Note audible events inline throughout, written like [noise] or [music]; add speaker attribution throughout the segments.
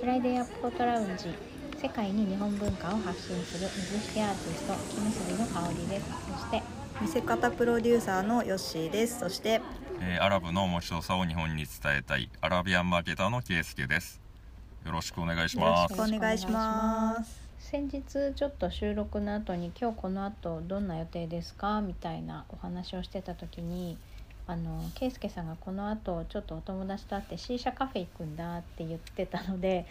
Speaker 1: フライデーアップコートラウンジ世界に日本文化を発信する水引アーティスト木結びの香りですそして
Speaker 2: 見せ方プロデューサーのヨッシーですそして
Speaker 3: えーアラブの面白さを日本に伝えたいアラビアンマーケターのケイスケですよろしくお願いします
Speaker 1: よろしく
Speaker 2: お願いします
Speaker 1: 先日ちょっと収録の後に今日この後どんな予定ですかみたいなお話をしてた時にあの圭介さんがこの後ちょっとお友達と会って C 社カフェ行くんだって言ってたので、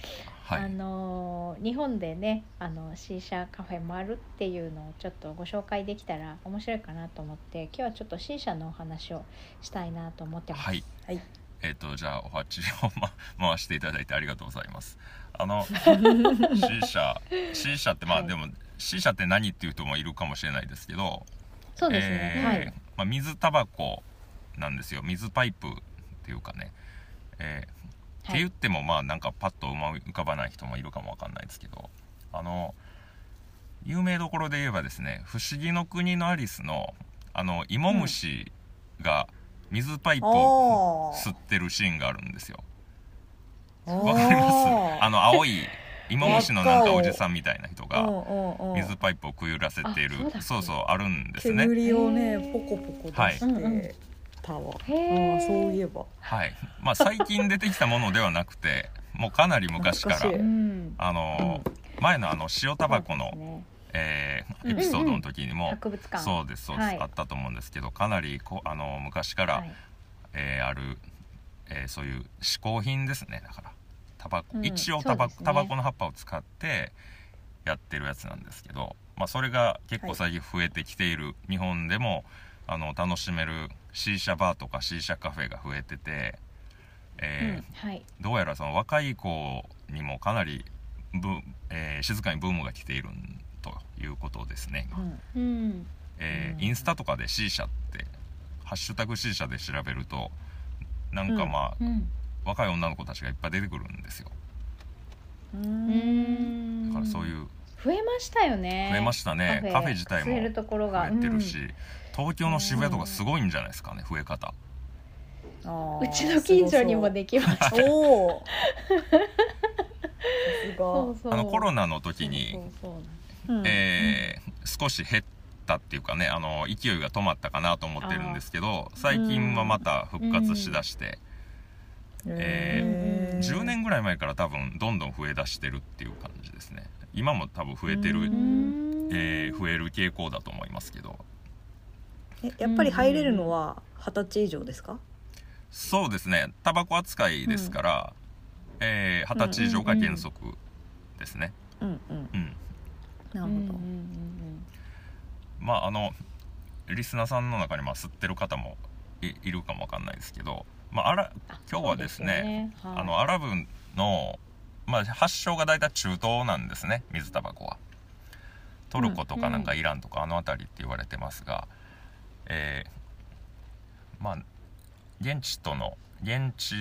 Speaker 3: は
Speaker 1: あ
Speaker 3: い
Speaker 1: の日本でねあの C 社カフェ回るっていうのをちょっとご紹介できたら面白いかなと思って今日はちょっと C 社のお話をしたいなと思ってます。
Speaker 3: はい
Speaker 2: はい
Speaker 3: えっ、とじゃあお鉢を、ま、 [laughs] 回していただいてありがとうございます
Speaker 1: [laughs]
Speaker 3: あの C 社 C 社ってまあ、
Speaker 1: はい
Speaker 3: でも C 社って何っていう人もいるかもしれないですけど
Speaker 1: そうですね、
Speaker 3: えー
Speaker 1: はい
Speaker 3: まあ、水タバコなんですよ水パイプっていうかね、えーっ
Speaker 1: は
Speaker 3: て
Speaker 1: い
Speaker 3: 言ってもまあなんかパッと思い浮かばない人もいるかもわかんないですけどあの有名どころで言えばですね「不思議の国のアリスの」あの芋虫が水パイプを
Speaker 2: お
Speaker 3: 吸ってるシーンがあるんですよ。
Speaker 2: お
Speaker 3: わかりますあ
Speaker 2: の
Speaker 3: の青い芋虫のなんかおじさんみたいな人が
Speaker 2: が
Speaker 3: 水パイプをくゆらせている
Speaker 1: あそうだっけ
Speaker 3: そうそうあるんですね。
Speaker 2: 煙を
Speaker 1: へ
Speaker 2: ね
Speaker 1: ー
Speaker 2: ポコポコ
Speaker 3: は
Speaker 2: 出
Speaker 3: い
Speaker 2: してたわ、
Speaker 1: へー
Speaker 2: ああそういえば
Speaker 3: はいまあ、最近出てきたものではなくてもうかなり昔から
Speaker 2: 懐かしい
Speaker 1: うん
Speaker 3: あの前のあの塩タバコの
Speaker 1: そうです、ね
Speaker 3: え
Speaker 2: う
Speaker 3: ー
Speaker 2: ん
Speaker 3: エピソードの時にも、
Speaker 1: 博物館
Speaker 3: そうですそうです、
Speaker 1: はい
Speaker 3: あったと思うんですけどかなりこあの昔から、
Speaker 1: はい
Speaker 3: えーある、えーそういう嗜好品ですねだからタバコ、
Speaker 1: うん
Speaker 3: 一応タバ,、
Speaker 1: そうですね
Speaker 3: タバコの葉っぱを使ってやってるやつなんですけど、まあ、それが結構最近増えてきている、日本でもあの楽しめる C 社バーとか C 社カフェが増えてて、えー
Speaker 1: はい、
Speaker 3: どうやらその若い子にもかなりブー、えー静かにブームが来ているということですね、
Speaker 2: うん
Speaker 1: うん、
Speaker 3: え
Speaker 2: う
Speaker 3: ー
Speaker 2: ん
Speaker 3: インスタとかで C 社って「ハッシュタグ C 社」で調べるとなんかまあ、
Speaker 1: うん、
Speaker 3: 若い女の子たちがいっぱい出てくるんですよ
Speaker 2: う
Speaker 1: うーん
Speaker 3: だからそういう
Speaker 1: 増えましたよね
Speaker 3: 増えましたね、カフェ自体も
Speaker 1: 吸えるところ
Speaker 3: 増
Speaker 1: が
Speaker 3: えてるし、
Speaker 1: うん
Speaker 3: 東京の渋谷とかすごいんじゃないですかね増え方
Speaker 2: あ
Speaker 1: う
Speaker 2: ー
Speaker 1: ちの近所にも
Speaker 2: す
Speaker 1: できました
Speaker 2: ごそうおお
Speaker 1: そ
Speaker 2: さす
Speaker 1: う
Speaker 2: が
Speaker 1: そう
Speaker 3: あのコロナの時に
Speaker 1: そうそうそう
Speaker 2: うん
Speaker 3: えー少し減ったっていうかねあの勢いが止まったかなと思ってるんですけど最近はまた復活しだして、
Speaker 1: えー
Speaker 3: 10年ぐらい前から多分どんどん増えだしてるっていう感じですね今も多分増えてる、
Speaker 2: う
Speaker 1: うんん
Speaker 3: えー増える傾向だと思いますけど
Speaker 2: えやっぱり入れるのは二十歳以上ですか
Speaker 3: そうですねタバコ扱いですから、えー二十歳以上が原則ですね、
Speaker 2: うんうん
Speaker 3: うん
Speaker 2: な
Speaker 1: う
Speaker 2: る
Speaker 1: んうん
Speaker 2: ほど
Speaker 3: まああのリスナーさんの中にまあ吸ってる方もいいるかもわかんないですけど、まあ、あら今日はですね
Speaker 1: そうですよは
Speaker 3: あ
Speaker 1: い
Speaker 3: のアラブの、まあ、発祥が大体中東なんですね水タバコはトルコとかなんかイランとかあの辺りって言われてますが、えーまあ現地との現地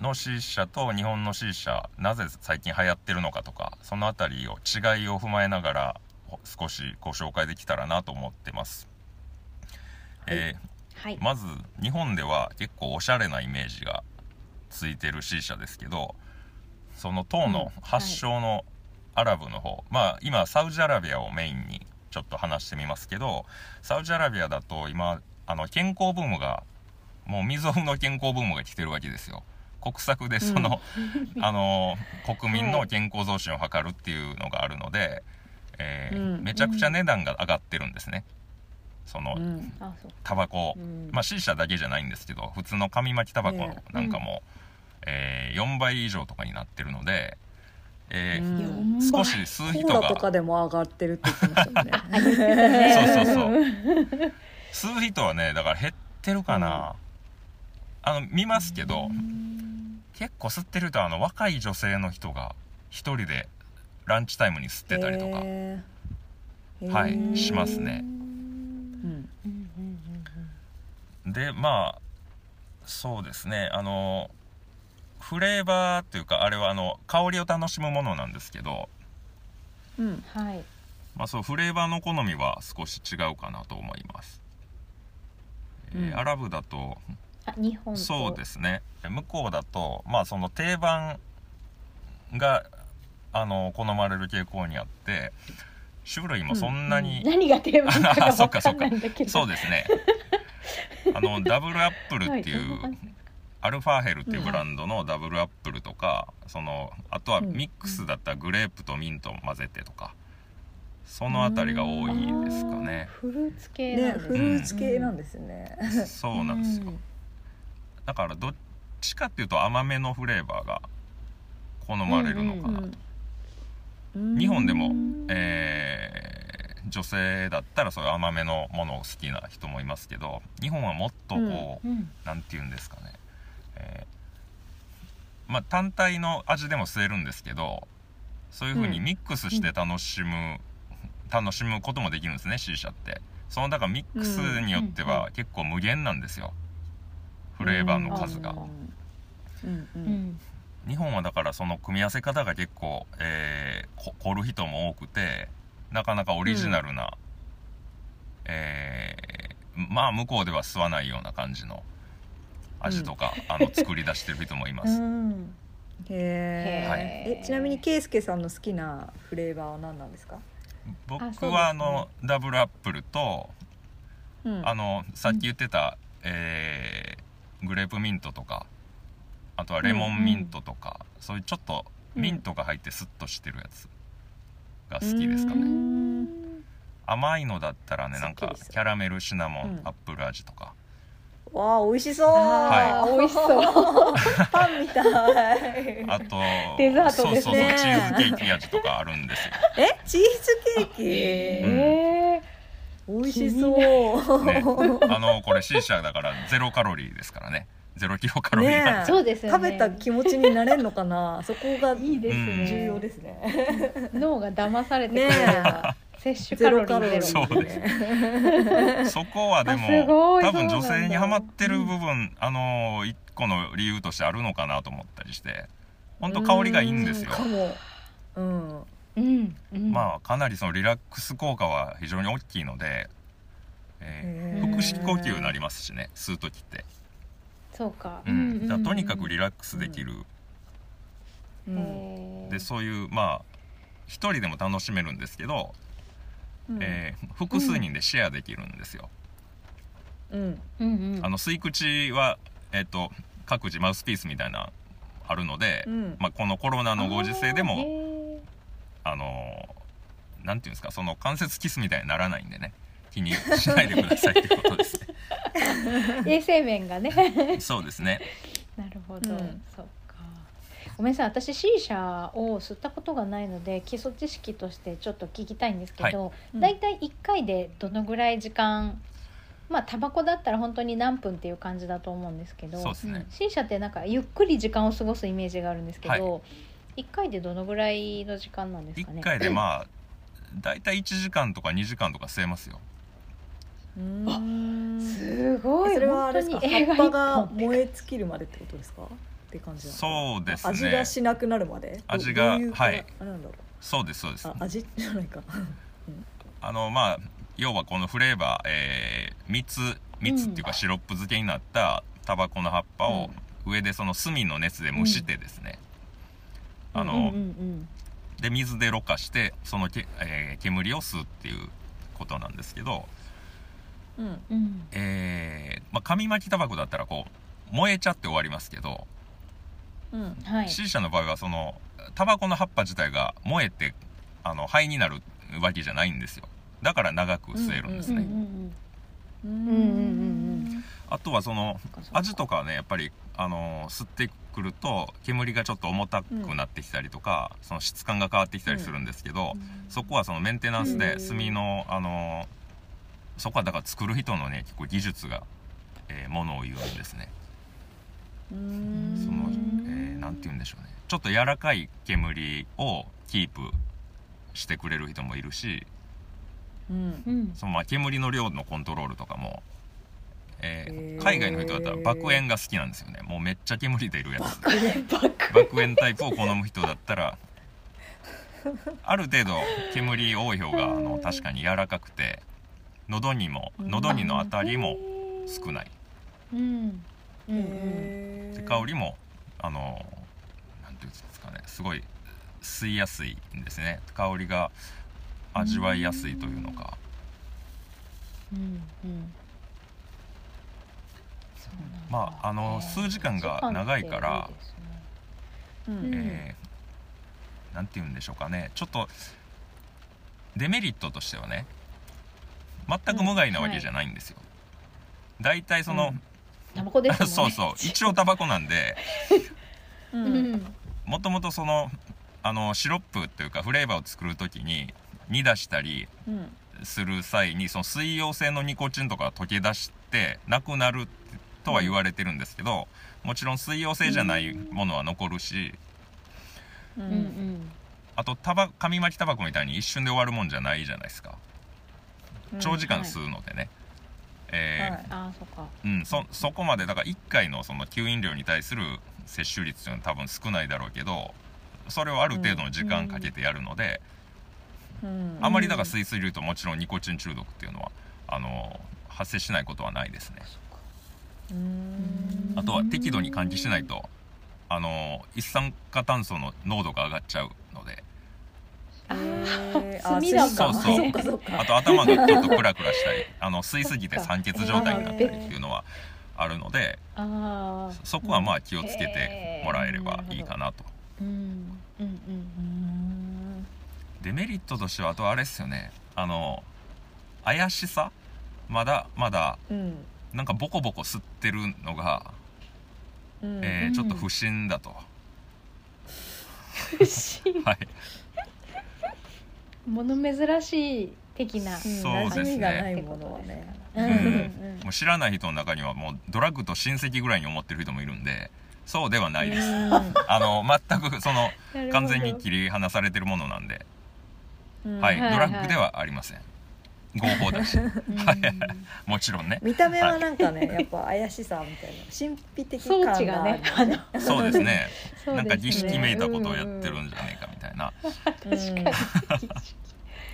Speaker 3: の C 社と日本の C 社なぜ最近流行ってるのかとかその辺りを違いを踏まえながらほ少しご紹介できたらなと思ってます、えー
Speaker 1: はい、
Speaker 3: まず日本では結構おしゃれなイメージがついてる C 社ですけどその唐の発祥のアラブの方、まあ今サウジアラビアをメインにちょっと話してみますけどサウジアラビアだと今あの健康ブームがもう未曾有の健康ブームが来てるわけですよ。国策でその、
Speaker 2: [laughs]
Speaker 3: あの国民の健康増進を図るっていうのがあるので、えー
Speaker 2: うん
Speaker 3: めちゃくちゃ値段が上がってるんですね。その、
Speaker 2: うん
Speaker 1: あそう
Speaker 3: タバコ、
Speaker 1: うん
Speaker 3: まあ C 社だけじゃないんですけど普通の紙巻きタバコ
Speaker 2: ね
Speaker 3: なんかも、えー4倍以上とかになってるので、えー
Speaker 2: うん
Speaker 1: うん
Speaker 3: 少し吸う
Speaker 2: コ
Speaker 3: 人
Speaker 2: ーラ
Speaker 3: が
Speaker 2: とかでも上がってるって言ってま [laughs] したよね
Speaker 3: そうそう
Speaker 1: う
Speaker 3: そ
Speaker 1: ん
Speaker 3: う吸う人はねだから減ってるかな、あの見ますけど、結構吸ってるとあの若い女性の人が一人でランチタイムに吸ってたりとか、
Speaker 2: へー
Speaker 3: はい
Speaker 2: へー
Speaker 3: しますね
Speaker 2: うん
Speaker 1: うんうん
Speaker 3: でまあそうですねあのフレーバーっていうかあれはあの香りを楽しむものなんですけど、
Speaker 2: うん
Speaker 1: うんはい
Speaker 3: まあ、そうフレーバーの好みは少し違うかなと思います、えー
Speaker 2: うん
Speaker 3: アラブだと
Speaker 1: あ日本と
Speaker 3: そうですね向こうだとまあその定番があの好まれる傾向にあって種類もそんなに、
Speaker 1: う何がテーマなのか
Speaker 3: [laughs] あそ
Speaker 1: わ
Speaker 3: っかそ
Speaker 1: か
Speaker 3: っ
Speaker 1: ん
Speaker 3: か
Speaker 1: ないんだけど
Speaker 3: そうで
Speaker 1: [laughs]
Speaker 3: すねあのダブルアップル
Speaker 1: は
Speaker 3: っていう、
Speaker 1: わかんない
Speaker 3: アルファヘルっていうブランドのダブルアップルとか、そのあとはミックスだったらグレープとミントを混ぜてとかそのあたりが多いですかね
Speaker 1: あー。フルーツ系
Speaker 2: ね
Speaker 1: なんです
Speaker 2: フルーツ系なん
Speaker 1: す
Speaker 2: ですね、
Speaker 3: そうなんですよ、だからどっちかっていうと甘めのフレーバーが好まれるのかな、日本でもえー女性だったらそういう甘めのものを好きな人もいますけど日本はもっとこう、
Speaker 1: うん
Speaker 3: なんて言うんですかね、えーまあ単体の味でも吸えるんですけどそういう風に
Speaker 2: うん
Speaker 3: ミックスして楽しむ、楽しむこともできるんですね C 社ってそのだからミックスによって
Speaker 1: うんうん
Speaker 3: は結構無限なんですよ、フレーバーの数が、
Speaker 1: うん
Speaker 2: うんう
Speaker 1: うんん
Speaker 3: 日本はだからその組み合わせ方が結構、えーこ凝る人も多くてなかなかオリジナルな、えーまあ向こうでは吸わないような感じの味とか、あの作り出してる人もい
Speaker 1: [laughs]
Speaker 3: ま
Speaker 1: う
Speaker 3: す、
Speaker 1: ん
Speaker 2: へー
Speaker 3: はい
Speaker 2: えちなみに圭介さんの好きなフレーバーは何なんですか、
Speaker 1: あ
Speaker 3: 僕
Speaker 1: そうですね
Speaker 3: はあのダブルアップルと
Speaker 2: うん
Speaker 3: あのさっき言ってた、えーグレープミントとかあとはレモンミントとか、そういうちょっとミントが入ってスッとしてるやつが好きですかね、
Speaker 2: うん
Speaker 3: 甘いのだったらねな
Speaker 2: す
Speaker 3: ん
Speaker 2: っ
Speaker 3: か
Speaker 2: きりする
Speaker 3: キャラメルシナモン、
Speaker 2: うん
Speaker 3: アップル味
Speaker 1: [laughs]
Speaker 3: とか
Speaker 2: わあ美味しそう、
Speaker 1: あー美味しそう
Speaker 2: [laughs] パンみたい
Speaker 3: あと
Speaker 1: デザートですね
Speaker 3: そうそうそうチーズケーキ味とかあるんです
Speaker 2: えチーズケーキ
Speaker 1: え
Speaker 2: 美味しそう、
Speaker 1: [laughs]
Speaker 3: よ、ね、あのこれ C 社だからゼロカロリーですからねゼロキロカロリーなん
Speaker 1: ー
Speaker 3: で、
Speaker 1: そうですよね
Speaker 2: 食べた気持ちになれるのか
Speaker 1: [laughs]
Speaker 2: なそこが
Speaker 1: いいですね
Speaker 2: 重要ですね、
Speaker 1: 脳が騙されてく
Speaker 2: ね
Speaker 1: る摂取カロリーゼロ
Speaker 3: ゼロカロリー
Speaker 2: す
Speaker 3: そ
Speaker 2: ね。
Speaker 3: そこはでも
Speaker 1: あすごい
Speaker 3: 多分
Speaker 1: そうなん
Speaker 3: 女
Speaker 1: だ
Speaker 3: 性にはまってる部分、あの一個の理由としてあるのかなと思ったりして本当香りがいいんですよ
Speaker 2: かも。うん。
Speaker 1: うんうん
Speaker 3: まあかなりそのリラックス効果は非常に大きいので、え
Speaker 2: へ
Speaker 3: ー
Speaker 2: ー
Speaker 3: 腹式呼吸になりますしね吸う時って、
Speaker 1: そうか
Speaker 3: うんだからとにかくリ
Speaker 1: ラ
Speaker 3: ラックスできる、
Speaker 2: うん。
Speaker 3: でそういうまあ一人でも楽しめるんですけど、
Speaker 2: うん
Speaker 3: えー複数人でシェアできるんですよ、
Speaker 2: うん。
Speaker 1: うんうん
Speaker 3: あの吸い口は、えっと各自マウスピースみたいなあるので、
Speaker 2: うん。
Speaker 3: まあ、このコロナのご時世で
Speaker 1: あー
Speaker 3: も
Speaker 1: へー
Speaker 3: あのーなんていうんですかその関節キスみたいにならないんでね気にしないでくださいってことですね
Speaker 1: 衛生面がね
Speaker 3: そうですね
Speaker 1: なるほど、
Speaker 2: うん
Speaker 1: そうかごめんなさい私 C 社を吸ったことがないので基礎知識としてちょっと聞きたいんですけど、
Speaker 2: い
Speaker 1: だいたい1回でどのぐらい時間まあタバコだったら本当に何分っていう感じだと思うんですけど
Speaker 3: そうですね、
Speaker 1: C 社ってなんかゆっくり時間を過ごすイメージがあるんですけど、1回でどのぐらいの時間なんですかね
Speaker 3: 1回でまあ大体1時間とか2時間とか吸えますよ
Speaker 2: うん
Speaker 1: すごい
Speaker 2: それはあれです
Speaker 1: 本
Speaker 2: か。
Speaker 1: 当に映
Speaker 2: 葉
Speaker 1: 画
Speaker 2: っぱ
Speaker 1: 一
Speaker 2: が
Speaker 1: 本
Speaker 2: 燃え尽きるまでってことですか。って感じなの。
Speaker 3: そうですね
Speaker 2: 味がしなくなるまで。
Speaker 3: 味が
Speaker 2: どううか
Speaker 3: はい
Speaker 2: あれなんだろう。
Speaker 3: そうですそうです
Speaker 2: あ
Speaker 3: あ
Speaker 2: 味じゃないか。
Speaker 3: のまあ要はこのフレーバー、えー蜜蜜っていうかシロップ漬けになったタバコの葉っぱを上でその炭の熱で蒸してですね、あの、
Speaker 1: うんうん
Speaker 3: で水でろ過してそのけ、えー煙を吸うっていうことなんですけど、
Speaker 2: うん。
Speaker 1: うんうん
Speaker 3: えーまあ、紙巻きタバコだったらこう燃えちゃって終わりますけど、
Speaker 2: うん。
Speaker 1: はい、
Speaker 3: C 社の場合はそのタバコの葉っぱ自体が燃えてあの灰になるわけじゃないんですよだから長く吸えるんですね、
Speaker 1: うんうんうん
Speaker 2: う
Speaker 1: うんうん
Speaker 2: ん。
Speaker 3: あとはその
Speaker 1: そっかそっか
Speaker 3: 味とかはねやっぱり、あのー吸ってくると煙がちょっと重たくなってきたりとか、その質感が変わってきたりするんですけど、そこはそのメンテナンス
Speaker 2: う
Speaker 3: で
Speaker 2: ん
Speaker 3: 炭の、あのーそこはだから作る人のね結構技術が、えーものを言うんですね
Speaker 2: うん
Speaker 3: その、えーなんて言うんでしょうねちょっと柔らかい煙をキープしてくれる人もいるし
Speaker 2: うん。
Speaker 1: うん
Speaker 3: そのまあ煙の量のコントロールとかも、えー
Speaker 2: へー
Speaker 3: 海外の人だったら爆炎が好きなんですよねもうめっちゃ煙出るやつ
Speaker 1: バック
Speaker 3: 爆炎タイプを好む人だったらある程度煙多い方があの確かに柔らかくて喉にも喉にの当たりも少ない
Speaker 1: うんうんうん
Speaker 2: へー
Speaker 3: で香りもあのなんていうんですかねすごい吸いやすいんですね香りが味わいやすいというのか
Speaker 1: うんうんそうなんだね
Speaker 3: まああの数時間が長いから
Speaker 2: う
Speaker 1: うん
Speaker 2: ん
Speaker 3: えーなんて言うんでしょうかねちょっとデメリットとしてはね全く無害なわけじゃないんですよ。大体その、
Speaker 1: タバコですもんね
Speaker 3: [laughs] そうそう一応タバコなんで
Speaker 1: う
Speaker 2: う
Speaker 1: んん
Speaker 3: もともとそのあのシロップというかフレーバーを作る時に煮出したり
Speaker 2: うん
Speaker 3: する際にその水溶性のニコチンとかが溶け出してなくなるとは言われてるんですけど、もちろん水溶性じゃないものは残るし、
Speaker 2: う
Speaker 1: うんうんん
Speaker 3: あとタバ紙巻きタバコみたいに一瞬で終わるもんじゃないじゃないですか
Speaker 2: うん
Speaker 3: 長時間吸うのでね、えー
Speaker 2: はい
Speaker 1: ああそっか
Speaker 3: うん、そそこまでだから1回のその吸引量に対する摂取率っていうのは多分少ないだろうけどそれをある程度の時間かけてやるので、
Speaker 2: うん
Speaker 3: あまりだから吸いすぎるともちろんニコチン中毒っていうのはあの発生しないことはないですね
Speaker 1: そっか
Speaker 2: うん
Speaker 3: あとは適度に換気しないとあの一酸化炭素の濃度が上がっちゃうので
Speaker 1: あ
Speaker 2: へー
Speaker 1: あ
Speaker 2: あ
Speaker 1: 炭だ
Speaker 3: からそうそう
Speaker 2: っかそっか
Speaker 3: あと頭がちょっとクラクラしたりあの吸いすぎて酸欠状態になったりっていうのはあるので
Speaker 1: ああ
Speaker 3: そこはまあ気をつけてもらえればいいかなと
Speaker 1: うんうんうん [laughs]
Speaker 2: うん
Speaker 3: デメリットとしてはあとあれですよねあの怪しさまだまだ
Speaker 2: うん
Speaker 3: なんかボコボコ吸ってるのが、
Speaker 2: うん
Speaker 3: えーちょっと不審だと、 [laughs]
Speaker 1: 不思議
Speaker 3: はい
Speaker 1: 物珍しい的な
Speaker 2: うん
Speaker 3: そうで
Speaker 2: 馴染
Speaker 3: すね
Speaker 2: みがないものはね
Speaker 1: うんうんうん
Speaker 3: もう知らない人の中にはもうドラッグと親戚ぐらいに思ってる人もいるんでそうではないですあの全くその
Speaker 1: なるほど
Speaker 3: 完全に切り離されてるものなんで、
Speaker 2: うん
Speaker 3: はい、
Speaker 1: はい
Speaker 3: ドラッグではありません合法だし
Speaker 1: うん
Speaker 3: もちろんね
Speaker 2: 見た目はなんかねやっぱ怪しさみたいな神秘的
Speaker 1: 装
Speaker 2: 感がある
Speaker 1: 置がねあの
Speaker 3: そうですね
Speaker 1: そうですね
Speaker 3: なんか儀式めいたことをやってるんじゃないかみたいな
Speaker 1: うんうん確かに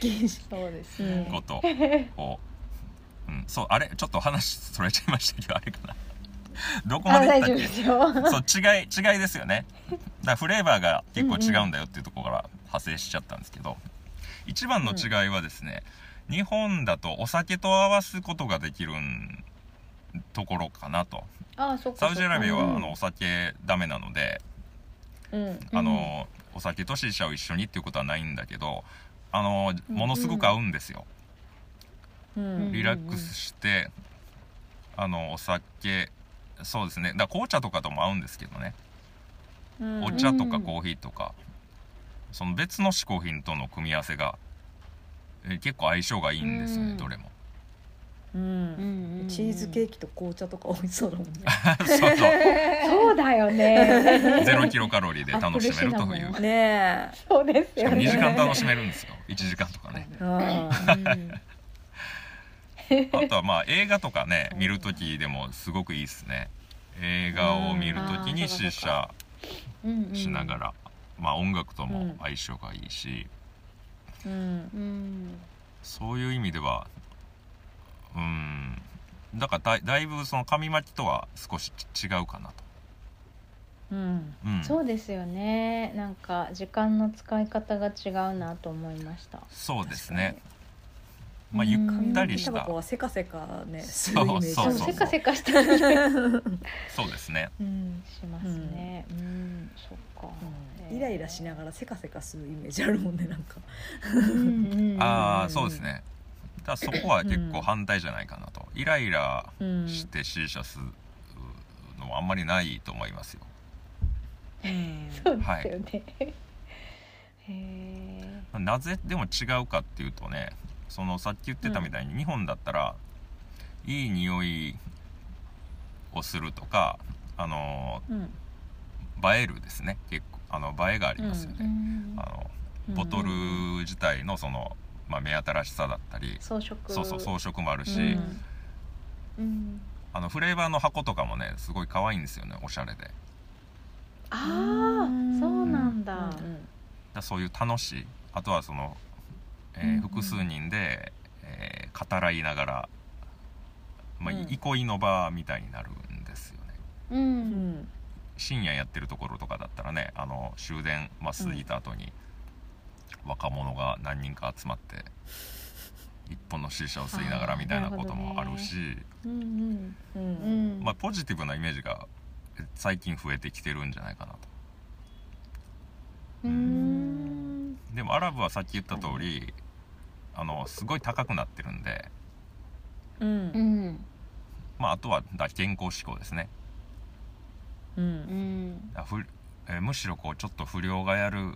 Speaker 1: 儀式
Speaker 2: うん
Speaker 1: そうです
Speaker 2: うん
Speaker 1: ね
Speaker 3: こと
Speaker 1: [laughs]
Speaker 3: を、うん、そうあれちょっと話それちゃいましたけどあれかな [laughs] どこま
Speaker 1: あ
Speaker 3: で行
Speaker 1: 大
Speaker 3: った
Speaker 1: 丈夫
Speaker 3: っけ
Speaker 1: ですよ
Speaker 3: [laughs] そう違い違いです
Speaker 1: [laughs]
Speaker 3: よねだからフレーバーが結構違うんだよっていうところから派生しちゃったんですけど一番の違いはですね、日本だとお酒と合わすことができるんところかなと
Speaker 1: あそっか
Speaker 3: サウジアラビア
Speaker 1: そっ
Speaker 3: は
Speaker 1: か
Speaker 3: あのお酒ダメなので、
Speaker 2: うん
Speaker 1: うん
Speaker 3: あのお酒とシーシャを一緒にっていうことはないんだけどあの
Speaker 1: うん
Speaker 3: ものすごく合うんですよ、
Speaker 2: うん
Speaker 3: リラックスしてあのお酒そうですねだから紅茶とかとも合うんですけどね
Speaker 2: うん
Speaker 3: お茶とかコーヒーとか、その別の嗜好品との組み合わせが、えー結構相性がいいんですよね、
Speaker 1: うん
Speaker 3: どれも [laughs]
Speaker 2: う
Speaker 1: うん
Speaker 2: ん
Speaker 1: うんうん
Speaker 2: チーズケーキと紅茶とか美味しそうだもんね
Speaker 3: そうそう
Speaker 1: そうだよね
Speaker 3: ゼロキロカロリーで楽しめると
Speaker 1: アップルシ
Speaker 3: い
Speaker 1: ナ
Speaker 3: う
Speaker 1: モ
Speaker 2: ね
Speaker 1: そうです
Speaker 3: し
Speaker 1: よ
Speaker 3: かも
Speaker 1: ね
Speaker 3: 2時間楽しめるんですよ1時間とかね
Speaker 2: えうん
Speaker 1: うん
Speaker 3: あとはまあ映画とかね
Speaker 1: そう
Speaker 3: 見るときでもすごくいいですね映画を見るとき
Speaker 1: うんあー
Speaker 3: に
Speaker 1: そうかそうか
Speaker 3: 出社
Speaker 1: うんうん
Speaker 3: しながら、まあ音楽とも相性がいいし、
Speaker 2: うん
Speaker 1: うん
Speaker 3: そういう意味ではうんだからだいだいぶその紙巻きとは少し違うかなと、
Speaker 2: うん
Speaker 3: うん、
Speaker 1: そうですよねなんか時間の使い方が違うなと思いました
Speaker 3: そうですねまあゆったりし
Speaker 2: タバ
Speaker 3: た
Speaker 2: コはせかせかねす
Speaker 3: そ
Speaker 2: る
Speaker 3: う
Speaker 2: イメージ
Speaker 3: そう
Speaker 1: でもせかせかした気が
Speaker 3: そうですね
Speaker 2: うん
Speaker 1: しますねうんそっか
Speaker 2: イライラしながらせかせかするイメージあるもんねなんか
Speaker 3: あ
Speaker 1: あ
Speaker 3: あそうですねただそこは結
Speaker 2: う
Speaker 3: 構
Speaker 2: ん
Speaker 3: 反対じゃないかなとイライラ
Speaker 2: うん
Speaker 3: してシーシャスのはあんまりないと思いますよ
Speaker 1: そうですよねへー
Speaker 3: なぜでも違うかっていうとねそのさっき言ってたみたいに日本だったらいい匂いをするとかあの
Speaker 2: うん
Speaker 3: 映えるですね結構あの映えがありますよ
Speaker 1: う
Speaker 3: ね、
Speaker 1: ん
Speaker 3: あのボトル自体のその、まあ、目新しさだったり
Speaker 1: 装飾
Speaker 3: そうそう装飾もあるし、
Speaker 1: うんうん
Speaker 3: あのフレーバーの箱とかもねすごい可愛いんですよねおしゃれでだか
Speaker 1: ああそうなんだ
Speaker 3: らそういう楽しいあとはその、えー
Speaker 1: うんうん
Speaker 3: 複数人で、えー語らいながら、まあ
Speaker 2: うん
Speaker 3: 憩いの場みたいになるんですよね
Speaker 1: うん
Speaker 2: うん
Speaker 3: 深夜やってるところとかだったらねあの終電まっすぐ過ぎた後に若者が何人か集まって一本の C 社を吸いながらみたいなこともあるし、
Speaker 1: うんう
Speaker 2: う
Speaker 1: んん、
Speaker 3: まあ、ポジティブなイメージが最近増えてきてるんじゃないかなと
Speaker 1: うーん
Speaker 3: でもアラブはさっき言った通りあのすごい高くなってるんで、
Speaker 1: う
Speaker 2: う
Speaker 1: んん
Speaker 3: まあ、あとはだ健康志向ですね
Speaker 2: う
Speaker 1: うんん
Speaker 3: あふえーむしろこうちょっと不良がやる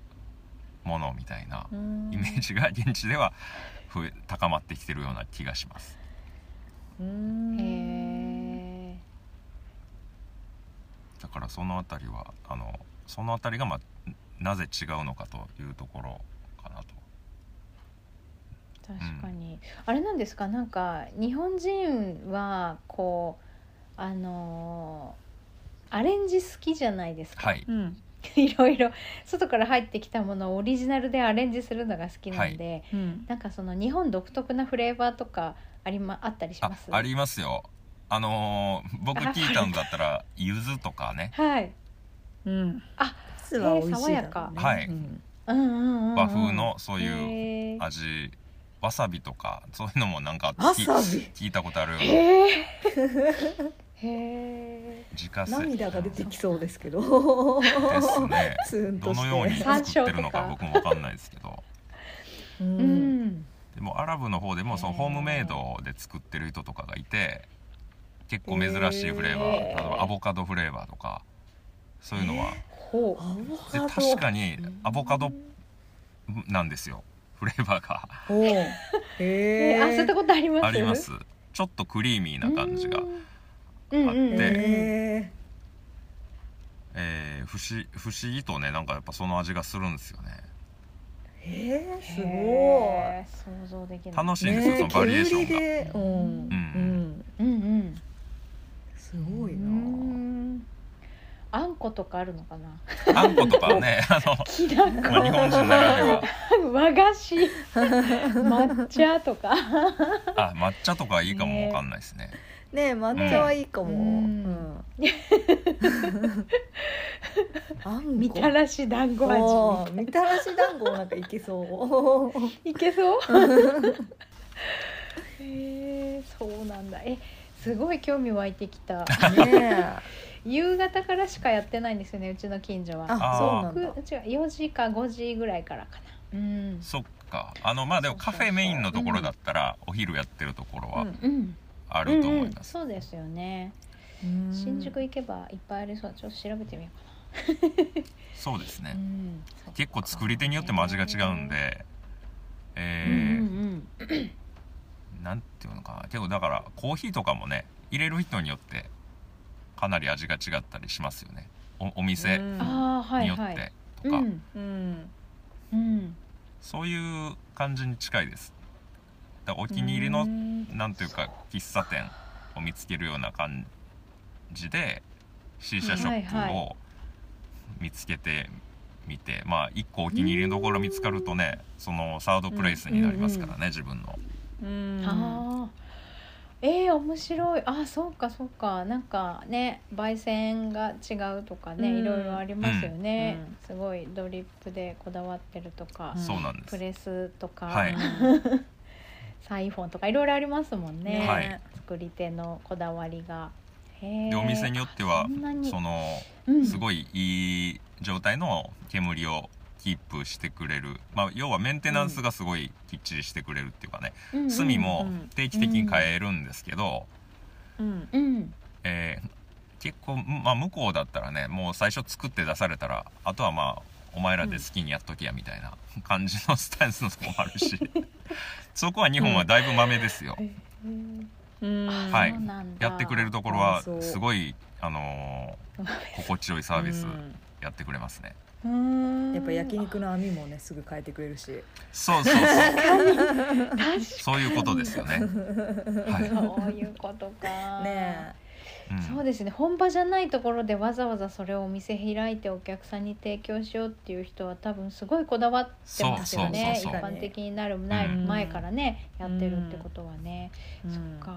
Speaker 3: ものみたいなイメージが現地では増え高まってきてるような気がします
Speaker 2: うん
Speaker 1: へ
Speaker 3: だからその辺りはあのその辺りが、まあ、なぜ違うのかというところかなと
Speaker 1: ー確かに、あれなんですかなんか日本人はこうあのーアレンジ好きじゃないですか、
Speaker 3: はい
Speaker 2: うん
Speaker 1: [laughs] いろいろ外から入ってきたものをオリジナルでアレンジするのが好きなんで、
Speaker 2: うん
Speaker 1: なんかその日本独特なフレーバーとかありまあったりし
Speaker 3: あ
Speaker 1: ます
Speaker 3: ありますよあのー僕聞いたんだったら柚子とかね
Speaker 1: はい
Speaker 2: うん
Speaker 1: あ
Speaker 2: 酢は美味しいだろうね
Speaker 1: 爽やか
Speaker 3: はい
Speaker 2: うん
Speaker 1: うんうんうんうん
Speaker 3: 和風のそういう
Speaker 1: へー
Speaker 3: 味わさびとかそういうのもなんか
Speaker 2: わ
Speaker 3: き
Speaker 2: さび
Speaker 3: 聞いたことあるよね
Speaker 1: へえ。へ
Speaker 3: 自家製
Speaker 2: 涙が出てきそうですけど
Speaker 3: ですね
Speaker 2: ツーンと
Speaker 3: ど
Speaker 2: し
Speaker 3: の
Speaker 2: て
Speaker 3: ように
Speaker 1: 山
Speaker 3: 作
Speaker 1: 椒
Speaker 3: ってるの
Speaker 1: と
Speaker 3: か
Speaker 1: か
Speaker 3: 僕もわかんないですけど
Speaker 1: え。
Speaker 2: うん
Speaker 3: でもアラブの方でもその
Speaker 1: へー
Speaker 3: ホームメイドで作ってる人とかがいて結構珍しいフレーバー
Speaker 1: へー
Speaker 3: 例えばアボカドフレーバーとかそういうのは
Speaker 1: ほ
Speaker 2: アボ
Speaker 3: で
Speaker 2: カド
Speaker 3: 確かに
Speaker 1: うん
Speaker 3: アボカドなんですよフレーバーが
Speaker 2: おうへ
Speaker 1: う。
Speaker 2: え
Speaker 1: え、あ、吸ったことあります。
Speaker 3: あります。ちょっとクリーミーな感じが
Speaker 1: うん。うんうんうん。
Speaker 2: へ
Speaker 3: えー不思不思議とねなんかやっぱその味がするんですよね
Speaker 2: えへえすご
Speaker 1: へー想像できない。
Speaker 3: 楽しい
Speaker 2: い
Speaker 3: んですよ、
Speaker 2: ね
Speaker 3: そのバリエーションが、
Speaker 2: 煙でうん
Speaker 1: うん
Speaker 2: うん
Speaker 1: うんうん。
Speaker 2: すごいうなん
Speaker 1: あんことかあるのかな。
Speaker 3: あんことかねあの、
Speaker 1: きな
Speaker 3: まあ、日本人ならでは
Speaker 1: こ、 [laughs] 和菓子、 [laughs] 抹茶とか。
Speaker 3: あ抹茶とかいいかもわかんないですね
Speaker 2: ねえ抹茶はいいかも
Speaker 1: うん [laughs]
Speaker 2: うんあん
Speaker 1: [laughs]
Speaker 2: こ
Speaker 1: みたらし団子
Speaker 2: お
Speaker 1: 味
Speaker 2: ーみたらし団子なんかいけそう
Speaker 1: いけそうへえそうなんだえすごい興味湧いてきた
Speaker 2: ねえ
Speaker 1: 夕方からしかやってないんですよねうちの近所は
Speaker 2: あ
Speaker 3: あ
Speaker 2: そうなんだ
Speaker 1: く違う4時か5時ぐらいからかなうん
Speaker 3: そっかあのまあでもカフェメインのところだったらお昼やってるところは
Speaker 1: うん
Speaker 3: あ
Speaker 1: うん
Speaker 3: ると思
Speaker 1: う
Speaker 3: い
Speaker 1: ん
Speaker 3: ます、
Speaker 1: そうですよね
Speaker 2: うん
Speaker 1: 新宿行けばいっぱいありそうちょっと調べてみよう
Speaker 3: そうですね
Speaker 1: かな、うん、
Speaker 3: 結構作り手によっても味が違うんで
Speaker 1: う
Speaker 3: え
Speaker 1: んうん
Speaker 3: ー
Speaker 1: うん
Speaker 3: なんていうのかな結構だからコーヒーとかもね入れる人によってかなり味が違ったりしますよねおお店
Speaker 2: うん
Speaker 1: ああは
Speaker 3: に
Speaker 1: い
Speaker 3: よってとか、
Speaker 1: はいうん
Speaker 2: うん
Speaker 1: うん
Speaker 3: そういう感じに近いですだからお気に入りの
Speaker 2: うん
Speaker 3: なんというか喫茶店を見つけるような感じで C 社ショップ
Speaker 1: はいは
Speaker 3: を見つけてみて、まあ一個お気に入りのところ見つかるとねそのサードプレイスになりますからね、自分の
Speaker 2: うん
Speaker 1: ああえー、面白いあーそうかそうかなんかね焙煎が違うとかね、
Speaker 2: うん
Speaker 1: いろいろありますよね、
Speaker 2: うん
Speaker 1: すごいドリップでこだわってるとか、
Speaker 2: うん
Speaker 3: そうなんで
Speaker 1: プ
Speaker 3: す
Speaker 1: レスとか、
Speaker 3: はい
Speaker 1: サイフォンとかいろいろありますもんね、
Speaker 3: はい
Speaker 1: 作り手のこだわりが。
Speaker 3: でお店によってはそ
Speaker 1: の
Speaker 3: のす
Speaker 1: い
Speaker 3: ごいいい状態の煙をキープしてくれる、まあ、要はメンテナンスがすごいきっちりしてくれるっていうかね、炭も定期的に変えるんですけど、
Speaker 2: うん
Speaker 1: うん
Speaker 3: えー結構、まあ、向こうだったらねもう最初作って出されたらあとはまあお前らで好きにやっときやみたいな感じのスタンスのとこもある
Speaker 1: [laughs]
Speaker 3: しそこは日本はだいぶマメですよ、
Speaker 1: へー
Speaker 2: うん
Speaker 1: あ
Speaker 3: はい
Speaker 1: そうなんだ
Speaker 3: やってくれるところは
Speaker 2: そう
Speaker 3: すごい、あのー心地よいサービス
Speaker 2: うん
Speaker 3: やってくれますね、
Speaker 1: うーん
Speaker 2: やっぱ焼肉の網もねすぐ変えてくれるし
Speaker 3: そうそうそう
Speaker 1: [laughs] 確かに
Speaker 3: そういうことですよね、はい
Speaker 1: そういうことか。
Speaker 2: [laughs] ね
Speaker 3: うん
Speaker 1: そうですね本場じゃないところでわざわざそれをお店開いてお客さんに提供しようっていう人は多分すごいこだわってますよね
Speaker 3: そうそうそうそう
Speaker 1: 一般的になるない
Speaker 3: うん
Speaker 1: 前からね、やってるってことはね、
Speaker 2: え
Speaker 1: そっか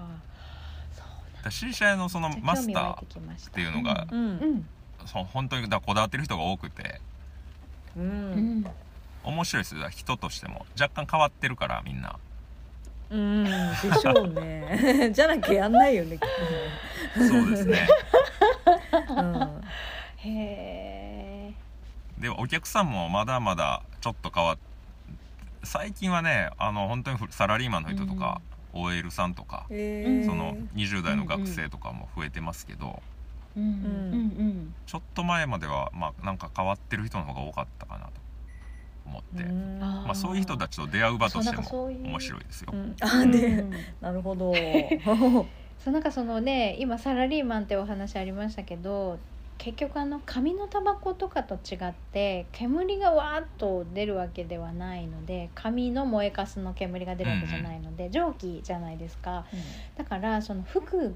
Speaker 1: そう
Speaker 3: だから C 社のその
Speaker 1: なんだ
Speaker 3: マスターっ
Speaker 1: 興味湧いてきまして
Speaker 3: いうのが
Speaker 2: う
Speaker 1: うん
Speaker 2: ん
Speaker 3: そう本当にだからこだわってる人が多くて
Speaker 2: う
Speaker 1: うんん
Speaker 3: 面白いですよだから人としても若干変わってるからみ
Speaker 1: [laughs]
Speaker 3: んな
Speaker 2: うんでしょうねじゃなきゃやんないよねきっ
Speaker 3: そうですね
Speaker 2: とねうん
Speaker 1: へえ
Speaker 3: でお客さんもまだまだちょっと変わっ最近はねあの本当にふサラリーマンの人とか、OL さんとか
Speaker 2: え
Speaker 1: うん
Speaker 2: ー
Speaker 3: その20代の学生とかも増えてますけど、
Speaker 1: うんうん
Speaker 3: ちょっと前まではまあなんか変わってる人の方が多かったかなと思って、
Speaker 2: うん
Speaker 1: あ
Speaker 3: まあ、そういう人たちと出会う
Speaker 1: う
Speaker 3: 場
Speaker 1: んそ
Speaker 3: と
Speaker 1: う
Speaker 3: し
Speaker 1: な
Speaker 3: て
Speaker 1: んか
Speaker 3: も
Speaker 1: そういう
Speaker 3: 面白いですよ
Speaker 2: う。んあ
Speaker 1: う
Speaker 2: で
Speaker 1: ん
Speaker 2: なるほど
Speaker 1: そうなんかそのね今サラリーマンってお話ありましたけど結局あの紙のタバコとかと違って煙がわーっと出るわけではないので紙の燃えかすの煙が出るわけじゃないので、蒸気じゃないですかだからその服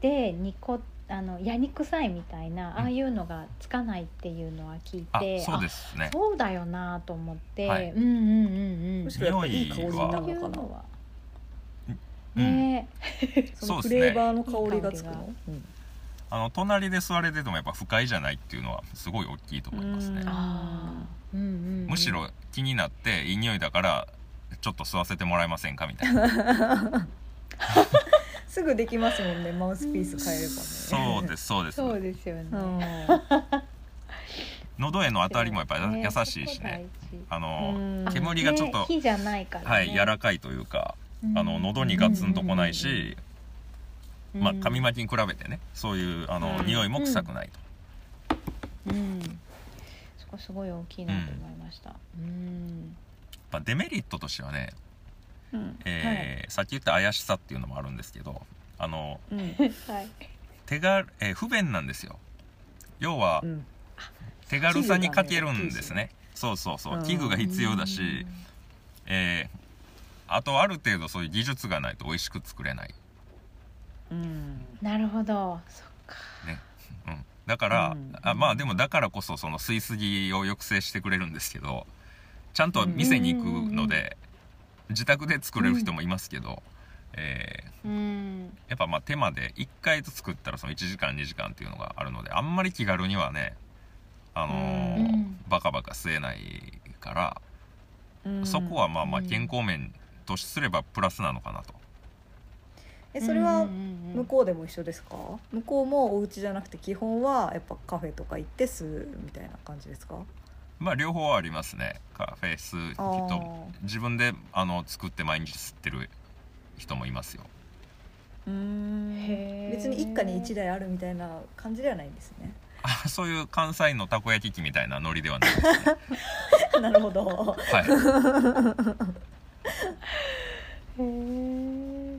Speaker 1: でニコあのやに臭いみたいなああいうのがつかないっていうのは聞い
Speaker 3: あ
Speaker 1: て、
Speaker 3: そうです
Speaker 1: あ
Speaker 3: ね
Speaker 1: そうだよなと思って、
Speaker 3: はい
Speaker 1: うんうんうんうん
Speaker 2: むしろやっぱいい香りにな
Speaker 1: そ
Speaker 2: る
Speaker 1: ういう
Speaker 2: のか
Speaker 1: の
Speaker 2: な
Speaker 1: は
Speaker 3: うん
Speaker 1: ね
Speaker 2: その
Speaker 3: そう
Speaker 2: フ
Speaker 3: ですね
Speaker 2: レーバーの香りがつくの
Speaker 3: あの隣で座れててもやっぱ不快じゃないっていうのはすごい大きいと思いますね
Speaker 2: うん
Speaker 1: あーうんうんうん
Speaker 3: むしろ気になっていい匂いだからちょっと吸わせてもらえませんかみたいな
Speaker 2: すぐできますもんねマウスピース変えればね
Speaker 3: そうですそうです
Speaker 1: そうですよね。
Speaker 2: う
Speaker 3: 喉への当たりもやっぱり
Speaker 1: ね
Speaker 3: 優しいしね。あの
Speaker 2: ん
Speaker 1: そこ大事
Speaker 3: 煙がちょっと
Speaker 1: ね火じゃないから、ね。
Speaker 3: はい柔らかいというかあの喉にガツンとこないし
Speaker 1: うん、
Speaker 3: まあ紙巻きに比べてねそういうあの
Speaker 2: うん
Speaker 3: 匂いも臭くないと
Speaker 1: うん。そこすごい大きいなと思いました。うん。
Speaker 3: まあデメリットとしてはね
Speaker 2: うん
Speaker 3: えーさっき言った怪しさっていうのもあるんですけどあの
Speaker 2: うん
Speaker 1: はい。
Speaker 3: 手が、えー不便なんですよ要は
Speaker 2: うん
Speaker 3: 手軽さに欠けるんですねそうそうそううん器具が必要だし、えーあとある程度そういう技術がないと美味しく作れない、
Speaker 2: うん
Speaker 1: うん。なるほど。そっか。
Speaker 3: うん、だから、
Speaker 2: うん
Speaker 3: あまあでもだからこそその吸いすぎを抑制してくれるんですけどちゃんと店に行くので、自宅で作れる人もいますけど、えー
Speaker 1: うん。
Speaker 3: やっぱまあ手間で1回ずつ作ったらその1時間2時間っていうのがあるのであんまり気軽にはねあのー
Speaker 1: うん
Speaker 3: バカバカ吸えないから、
Speaker 2: うん
Speaker 3: そこはまあまあ
Speaker 1: うん
Speaker 3: 健康面とすればプラスなのかなと、
Speaker 2: えそれ
Speaker 1: う
Speaker 2: は
Speaker 1: んうんうん
Speaker 2: 向こうでも一緒ですか向こうもお家じゃなくて基本はやっぱカフェとか行って吸うみたいな感じですか
Speaker 3: まあ両方はありますねカフェ吸う
Speaker 2: あー
Speaker 3: 人自分であの作って毎日吸ってる人もいますよ
Speaker 2: うーん
Speaker 1: へー
Speaker 2: 別に一家に一台あるみたいな感じではないんですね
Speaker 3: あそういう関西のたこ焼き器みたいなノリではない、
Speaker 2: なるほ [laughs] ど
Speaker 3: はい、
Speaker 1: へー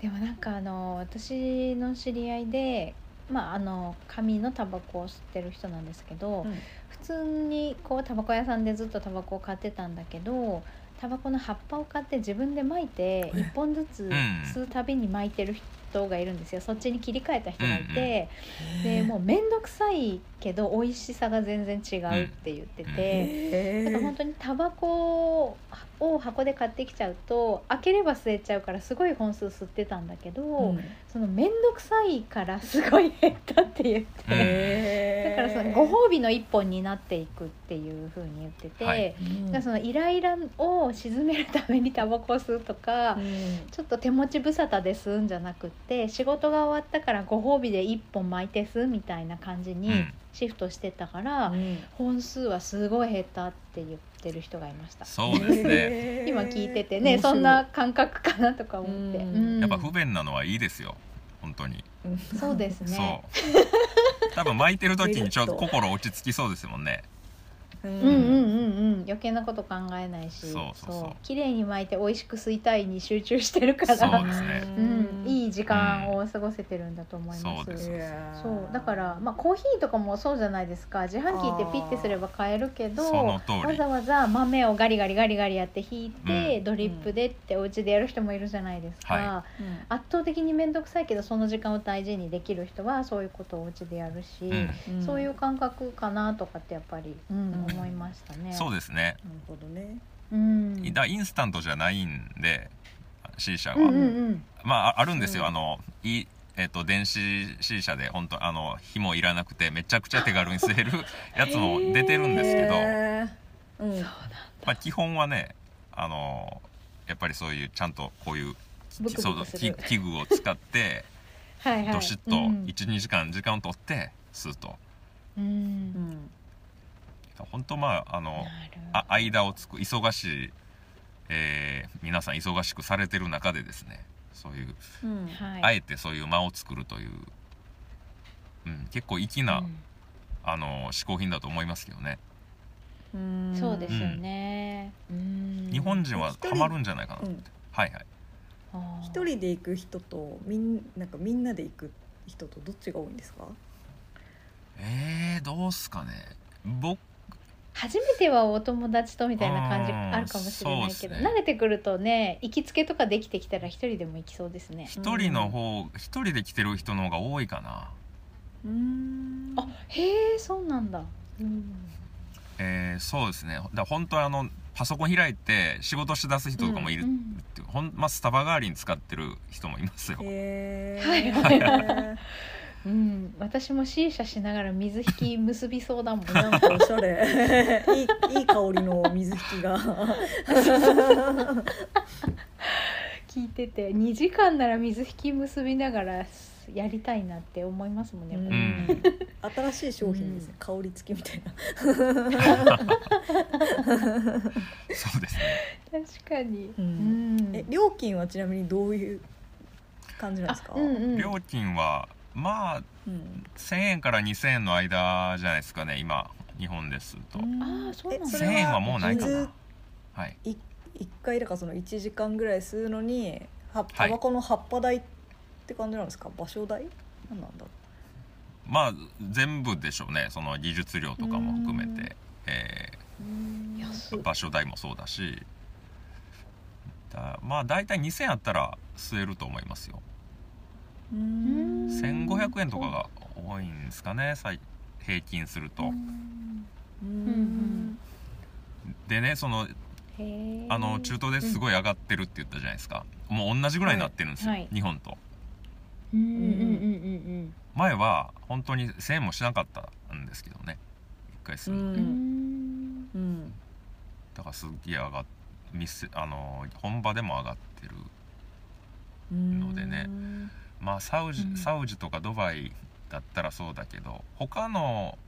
Speaker 1: でもなんかあの私の知り合いで、まあ、あの紙のタバコを吸ってる人なんですけど、
Speaker 2: うん
Speaker 1: 普通にこうタバコ屋さんでずっとタバコを買ってたんだけどタバコの葉っぱを買って自分で巻いて1本ずつ吸うたびに巻いてる人がいるんですよ、そっちに切り替えた人がいて、でもう面倒くさいけど美味しさが全然違うって言ってて。
Speaker 3: うん
Speaker 2: へ
Speaker 1: なんか本
Speaker 2: ー
Speaker 1: 当にタバコを箱で買ってきちゃうと開ければ吸えちゃうからすごい本数吸ってたんだけど、
Speaker 2: うん
Speaker 1: その面倒くさいからすごい減ったって言って、
Speaker 3: うん
Speaker 1: だ
Speaker 2: へ
Speaker 1: からそのご褒美の一本になっていくっていう風に言ってて、
Speaker 3: はい
Speaker 1: だからそのイライラを鎮めるためにタバコを吸うとか、
Speaker 2: うん
Speaker 1: ちょっと手持ち無沙汰ですんじゃなくって仕事が終わったからご褒美で一本巻いてすみたいな感じ
Speaker 3: う
Speaker 1: に
Speaker 3: ん
Speaker 1: シフトしてたから。
Speaker 2: うん
Speaker 1: 本数はすごい減ったって言ってる人がいました
Speaker 3: そうですね
Speaker 2: へー
Speaker 1: 今聞いててね、
Speaker 2: 面白い
Speaker 1: そんな感覚かなとか思って、
Speaker 2: うん
Speaker 1: うん
Speaker 3: やっぱ不便なのはいいですよ本当に
Speaker 2: うん
Speaker 1: そうですね
Speaker 3: そう多分巻いてる時にちょっと心落ち着きそうですもんね
Speaker 2: う
Speaker 1: うんうん
Speaker 2: ん
Speaker 1: うんうん余計なこと考えないし
Speaker 3: そうそうそう
Speaker 1: 綺麗に巻いて美味しく吸いたいに集中してるか
Speaker 3: そう
Speaker 1: ら
Speaker 3: ですね
Speaker 1: うん、
Speaker 2: い
Speaker 1: いい時間を過ごせてるんだと思います、
Speaker 3: そうです
Speaker 1: そうだから、まあ、コーヒーとかもそうじゃないですか自販機ってピッてすれば買えるけど
Speaker 3: その通
Speaker 1: わ
Speaker 3: り
Speaker 1: ざわざ豆をガリガリガリガリやって引いて、
Speaker 3: うん
Speaker 1: ドリップでってお家でやる人もいるじゃないですか、
Speaker 3: は
Speaker 1: 圧倒的に面倒くさいけどその時間を大事にできる人はそういうことをお家でやるし、
Speaker 3: うん
Speaker 2: ん
Speaker 1: そういう感覚かなとかってやっぱり、うん
Speaker 2: うん
Speaker 1: 思いましたね。
Speaker 3: そうですね
Speaker 2: なるほどね
Speaker 1: うん、
Speaker 3: だからインスタントじゃないんで C 社は、
Speaker 1: うんうんうん
Speaker 3: まあああるんですよ、
Speaker 2: うん
Speaker 3: あのいいえっと、電子 C 社で本当あの火もいらなくてめちゃくちゃ手軽に吸えるやつも出てるんですけど、
Speaker 2: へーうん、
Speaker 3: まあ、基本はねあのやっぱりそういうちゃんとこうい
Speaker 1: ブ
Speaker 3: う
Speaker 1: クブク
Speaker 3: そうそう
Speaker 1: す
Speaker 3: 器
Speaker 1: る
Speaker 3: 器具を使って
Speaker 1: [laughs] はいはい
Speaker 3: どしっ
Speaker 1: う
Speaker 3: と
Speaker 1: ん
Speaker 3: 12時間時間を取って吸うと、
Speaker 1: う
Speaker 2: うんん、
Speaker 3: 本当まああの
Speaker 1: なる
Speaker 3: あ間をつく忙しい、えー皆さん忙しくされてる中でですねそういう、
Speaker 2: うん、
Speaker 3: あ
Speaker 1: はい
Speaker 3: えてそういう間を作るという、うん、結構粋な、
Speaker 1: うん
Speaker 3: あの嗜好品だと思いますけどね
Speaker 2: うん
Speaker 1: そうですよね、うん
Speaker 3: 日本人は
Speaker 2: 一人
Speaker 3: ハマるんじゃないかなと思って、はいはい
Speaker 1: あー
Speaker 2: 一人で行く人とみんなんかみんなで行く人とどっちが多いんですか？
Speaker 3: えー、どうすかね僕
Speaker 1: 初めてはお友達とみたいな感じ
Speaker 3: うん
Speaker 1: あるかもしれないけど、
Speaker 3: そうですね
Speaker 1: 慣れてくるとね行きつけとかできてきたら一人でも行きそうですね
Speaker 3: 一人の方一人で来てる人の方が多いかな
Speaker 2: うん
Speaker 1: あへえそうなんだ
Speaker 2: うん
Speaker 3: えー、そうですねだから本当あのパソコン開いて仕事しだす人とかもいる、
Speaker 1: うん
Speaker 3: ってほんまあ、スタバ代わりに使ってる人もいますよ
Speaker 2: へ
Speaker 1: はい
Speaker 2: え。
Speaker 1: [laughs] うん、私も C 社しながら水引き結びそうだ
Speaker 3: [laughs]
Speaker 1: もん
Speaker 2: なんかおしゃれ。 [laughs] いいいい香りの水引き
Speaker 1: [laughs]
Speaker 2: が。
Speaker 1: 聞いてて2時間なら水引き結びながらやりたいなって思いますもんね、
Speaker 2: うん
Speaker 3: うん
Speaker 2: 新しい商品ですね。香り付きみたいな。
Speaker 3: そうですね
Speaker 1: 確かに、う
Speaker 2: う
Speaker 1: ん
Speaker 2: [laughs] え料金はちなみにどういう感じなんですか？
Speaker 1: うんうん、
Speaker 3: 料金はまあ
Speaker 2: うん
Speaker 3: 1000円から2000円の間じゃないですかね今日本ですと、
Speaker 1: あーそうなんだ
Speaker 2: えそ
Speaker 3: 1000
Speaker 2: れ
Speaker 3: 円はもうないか
Speaker 2: 水
Speaker 3: なはい
Speaker 2: 一回だからその一時間ぐらい吸うのには
Speaker 3: は
Speaker 2: タ
Speaker 3: い
Speaker 2: バコの葉っぱ代って感じなんですか場所代なんなんだ
Speaker 3: まあ全部でしょうねその技術料とかも含め
Speaker 2: う
Speaker 3: て、え
Speaker 2: うん
Speaker 1: 安い
Speaker 3: ー場所代もそうだしだまあ大体2000あったら吸えると思いますよ
Speaker 2: うん
Speaker 3: 1500円とかが多いんですかね最平均すると、
Speaker 2: う
Speaker 1: うん
Speaker 2: ん
Speaker 3: でねその
Speaker 1: へー
Speaker 3: あの中東ですごい上がってるって言ったじゃないですか、もう同じぐらいになってるんですよ、
Speaker 1: はいはい
Speaker 3: 日本と
Speaker 1: うんうんうんうん
Speaker 3: 前は本当に1000円もしなかったんですけどね一回す
Speaker 2: う
Speaker 3: るの、
Speaker 1: うんうんん
Speaker 2: うん
Speaker 3: だからすっげえ上がっ店あの本場でも上がってる
Speaker 2: うん
Speaker 3: のでねまあサウジ、
Speaker 1: うん
Speaker 3: サウジとかドバイだったらそうだけど他の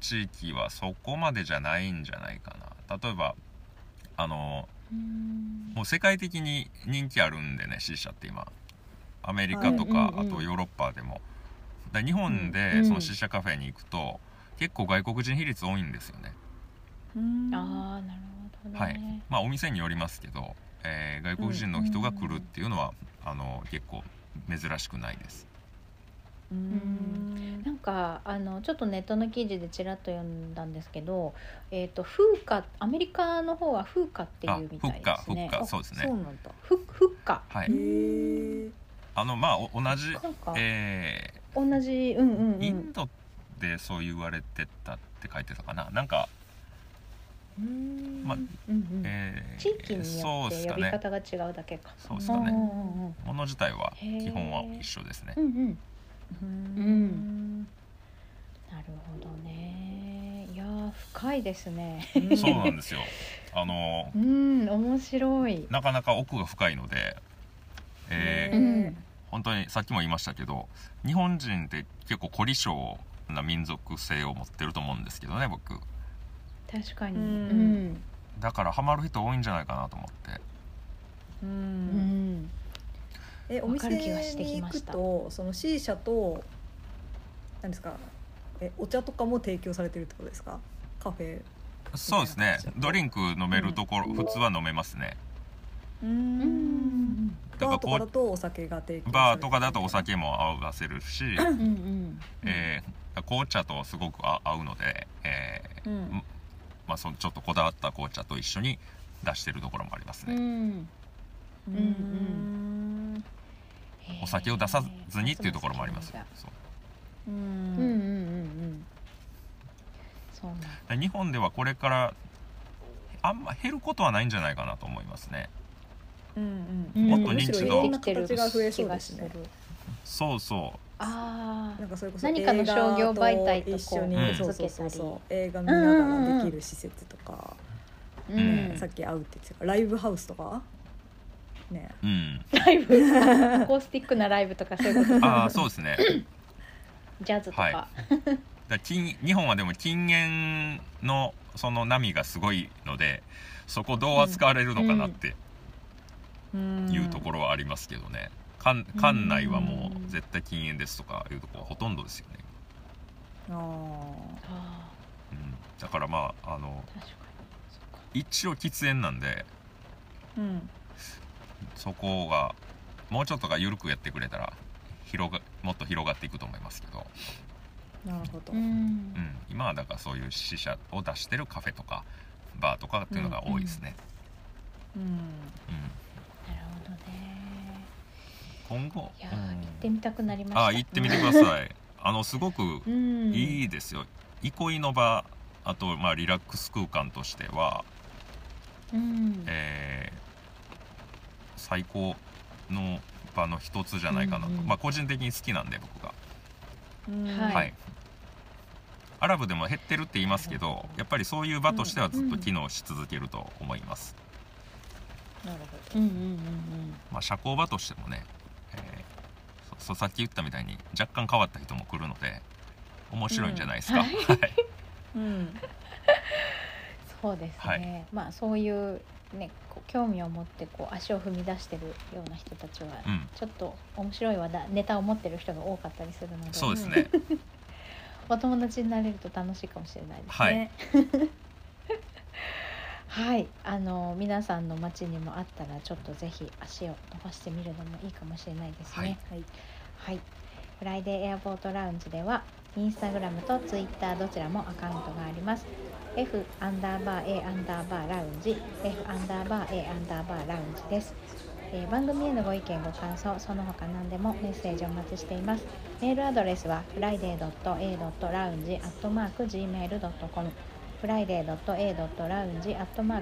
Speaker 3: 地域はそこまでじゃないんじゃないかな例えばあの
Speaker 1: うん
Speaker 3: もう世界的に人気あるんでね C 社って今アメリカ
Speaker 1: は
Speaker 3: とか、
Speaker 1: いうんうんうん
Speaker 3: あとヨーロッパでもだから日本
Speaker 1: う
Speaker 3: で
Speaker 1: ん
Speaker 3: その C 社カフェに行くと、結構外国人比率多いんですよね
Speaker 2: うん
Speaker 1: ああなるほどね、
Speaker 3: はいまあお店によりますけど、えー外国人の人が来るっていうのは、あの結構珍しくないです
Speaker 2: うん
Speaker 1: なんかあのちょっとネットの記事でちらっと読んだんですけど、えっ、と風花アメリカの方は風花っていうみたいですね。あ
Speaker 3: あ風そうですね
Speaker 2: そうなんだ
Speaker 1: ふ風花
Speaker 3: はい
Speaker 2: へえ
Speaker 3: あのまあお同じ
Speaker 1: なんか
Speaker 3: え
Speaker 1: 同じうんうん
Speaker 3: ー
Speaker 1: うん。
Speaker 3: インドでそう言われてたって書いてたかななんか、
Speaker 1: うーん
Speaker 3: ま
Speaker 1: うんうん
Speaker 3: えー
Speaker 1: 地域によ
Speaker 3: そう
Speaker 1: っ
Speaker 3: です
Speaker 1: て呼
Speaker 3: か
Speaker 1: び
Speaker 3: ね
Speaker 1: 方が違うだけか。
Speaker 3: そうですか
Speaker 1: うんう
Speaker 3: ね
Speaker 1: んうん
Speaker 3: もの自体は
Speaker 1: へー
Speaker 3: 基本は一緒ですね
Speaker 1: うんうん。
Speaker 2: う
Speaker 1: なるほどね。いやー深いですね。
Speaker 2: うん
Speaker 3: そうなんですよあの
Speaker 1: うん面白い。
Speaker 3: なかなか奥が深いので、えー
Speaker 1: ね
Speaker 2: ね
Speaker 3: 本当にさっきも言いましたけど日本人って結構凝り性な民族性を持ってると思うんですけどね僕
Speaker 1: 確かに。
Speaker 2: う
Speaker 1: うんん。
Speaker 3: だからハマる人多いんじゃないかなと思って
Speaker 2: [laughs] う
Speaker 1: うんん。
Speaker 2: えお
Speaker 1: わか
Speaker 2: 店
Speaker 1: る気がして
Speaker 2: に
Speaker 1: き
Speaker 2: 行
Speaker 1: ま
Speaker 2: く
Speaker 1: した
Speaker 2: とその C 社と何ですかえお茶とかも提供されてるってことですかカフェ
Speaker 3: そうですねドリンク飲めるところ、
Speaker 1: うん
Speaker 3: 普通は飲めますね
Speaker 2: う
Speaker 1: うん
Speaker 2: ん
Speaker 3: だか
Speaker 2: バ
Speaker 3: ら
Speaker 2: ー
Speaker 3: ことう
Speaker 2: かだとお酒が提供されてる
Speaker 3: バーとかだとお酒も合わせるし、
Speaker 1: うんうん。
Speaker 3: えー紅茶とすごくあ合うので、え
Speaker 2: う
Speaker 3: ー
Speaker 2: ん
Speaker 3: んまあ、そのちょっとこだわった紅茶と一緒に出してるところもあります
Speaker 1: う
Speaker 3: ね、
Speaker 1: ん。
Speaker 2: うんん
Speaker 3: お酒を出さずにっていうところもありますよそう
Speaker 2: う
Speaker 1: うんうんうん
Speaker 2: ん
Speaker 1: うん。そうなんだ。
Speaker 3: で日本ではこれからあんま減ることはないんじゃないかなと思いますね
Speaker 2: うん
Speaker 1: うん
Speaker 3: もっと認
Speaker 2: むし
Speaker 3: 知
Speaker 2: ろい
Speaker 1: 増えて
Speaker 2: ろん
Speaker 3: 度
Speaker 2: な
Speaker 1: きてる
Speaker 2: 形が増えそうですね
Speaker 1: 気がする
Speaker 3: そうそう
Speaker 1: あ
Speaker 2: なんかそれこそ
Speaker 1: 何かの商業媒体とこう
Speaker 2: 映画一緒に
Speaker 3: うん
Speaker 2: そうそうそう
Speaker 1: うん
Speaker 2: そう映画見ながらできる施設とか、
Speaker 1: あ、う
Speaker 3: うん
Speaker 1: ん
Speaker 2: さっき会うって言ってたからライブハウスとかね
Speaker 3: うん
Speaker 1: ライブ [laughs] アコースティックなライブとかそういうこと
Speaker 3: ああそうですね
Speaker 1: ジャズとか、
Speaker 3: はだ禁日本はでも禁煙のその波がすごいのでそこどう扱われるのかなっていうところはありますけどね館館内はもう絶対禁煙ですとかいうところはほとんどですよね、
Speaker 2: ろあ
Speaker 1: あ
Speaker 3: うん、だからまああの
Speaker 1: あ確かにそっか
Speaker 3: 一応喫煙なんで
Speaker 2: ーうん
Speaker 3: そこがもうちょっとが緩くやってくれたら広がもっと広がっていくと思いますけど、
Speaker 2: なるほど、
Speaker 1: うん
Speaker 3: うん、今はだからそういう死者を出してるカフェとかバーとかっていうのが多いですね、
Speaker 2: うん
Speaker 3: うん
Speaker 1: なるほどね
Speaker 3: 今後
Speaker 1: いや
Speaker 3: う
Speaker 1: ー、
Speaker 3: ん
Speaker 1: 行ってみたくなりました
Speaker 3: あ行ってみてくださいあのすごく
Speaker 1: うん
Speaker 3: い
Speaker 1: い
Speaker 3: いですよ憩いの場あとまあリラックス空間としては、
Speaker 1: うん
Speaker 3: えー最高の場の一つじゃないかなと、
Speaker 1: うんうん
Speaker 3: まあ個人的に好きなんで僕が
Speaker 2: うん
Speaker 1: はい
Speaker 3: はい、アラブでも減ってるって言いますけどやっぱりそういう場としてはずっと機能し続けると思います、
Speaker 2: なる
Speaker 1: う
Speaker 2: ほ
Speaker 1: ん
Speaker 2: ど
Speaker 1: うんうん
Speaker 3: まあ、社交場としてもね、えーそそうさっき言ったみたいに若干変わった人も来るので面白いんじゃないですか、
Speaker 1: うん
Speaker 3: はい、
Speaker 2: うん
Speaker 1: そうですね、
Speaker 3: はい
Speaker 1: まあそういうねこう興味を持ってこう足を踏み出してるような人たちは、
Speaker 3: うん
Speaker 1: ちょっと面白い話題ネタを持ってる人が多かったりするので
Speaker 3: そうで
Speaker 1: [laughs]
Speaker 3: すね
Speaker 1: お友達になれると楽しいかもしれないですね
Speaker 3: はい
Speaker 2: ね
Speaker 1: [laughs] はいあの皆さんの街にもあったらちょっとぜひ足を伸ばしてみるのもいいかもしれないですね
Speaker 2: はい
Speaker 1: はい、フライデーエアポートラウンジではインスタグラムとツイッターどちらもアカウントがあります F アンダーバー A アンダーバーラウンジ F アンダーバー A アンダーバーラウンジです、えー番組へのご意見ご感想その他何でもメッセージをお待ちしていますメールアドレスは friday.a.lounge.gmail.com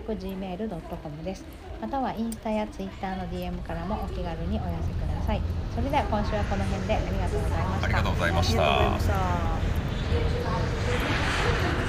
Speaker 1: friday.a.lounge.gmail.com ですまたはインスタやツイッターの DM からもお気軽にお寄せくださいそれでは今週はこの辺でありがとうございました
Speaker 3: ありがとうございま
Speaker 2: あり
Speaker 3: し
Speaker 2: がとうござい
Speaker 3: た
Speaker 2: ました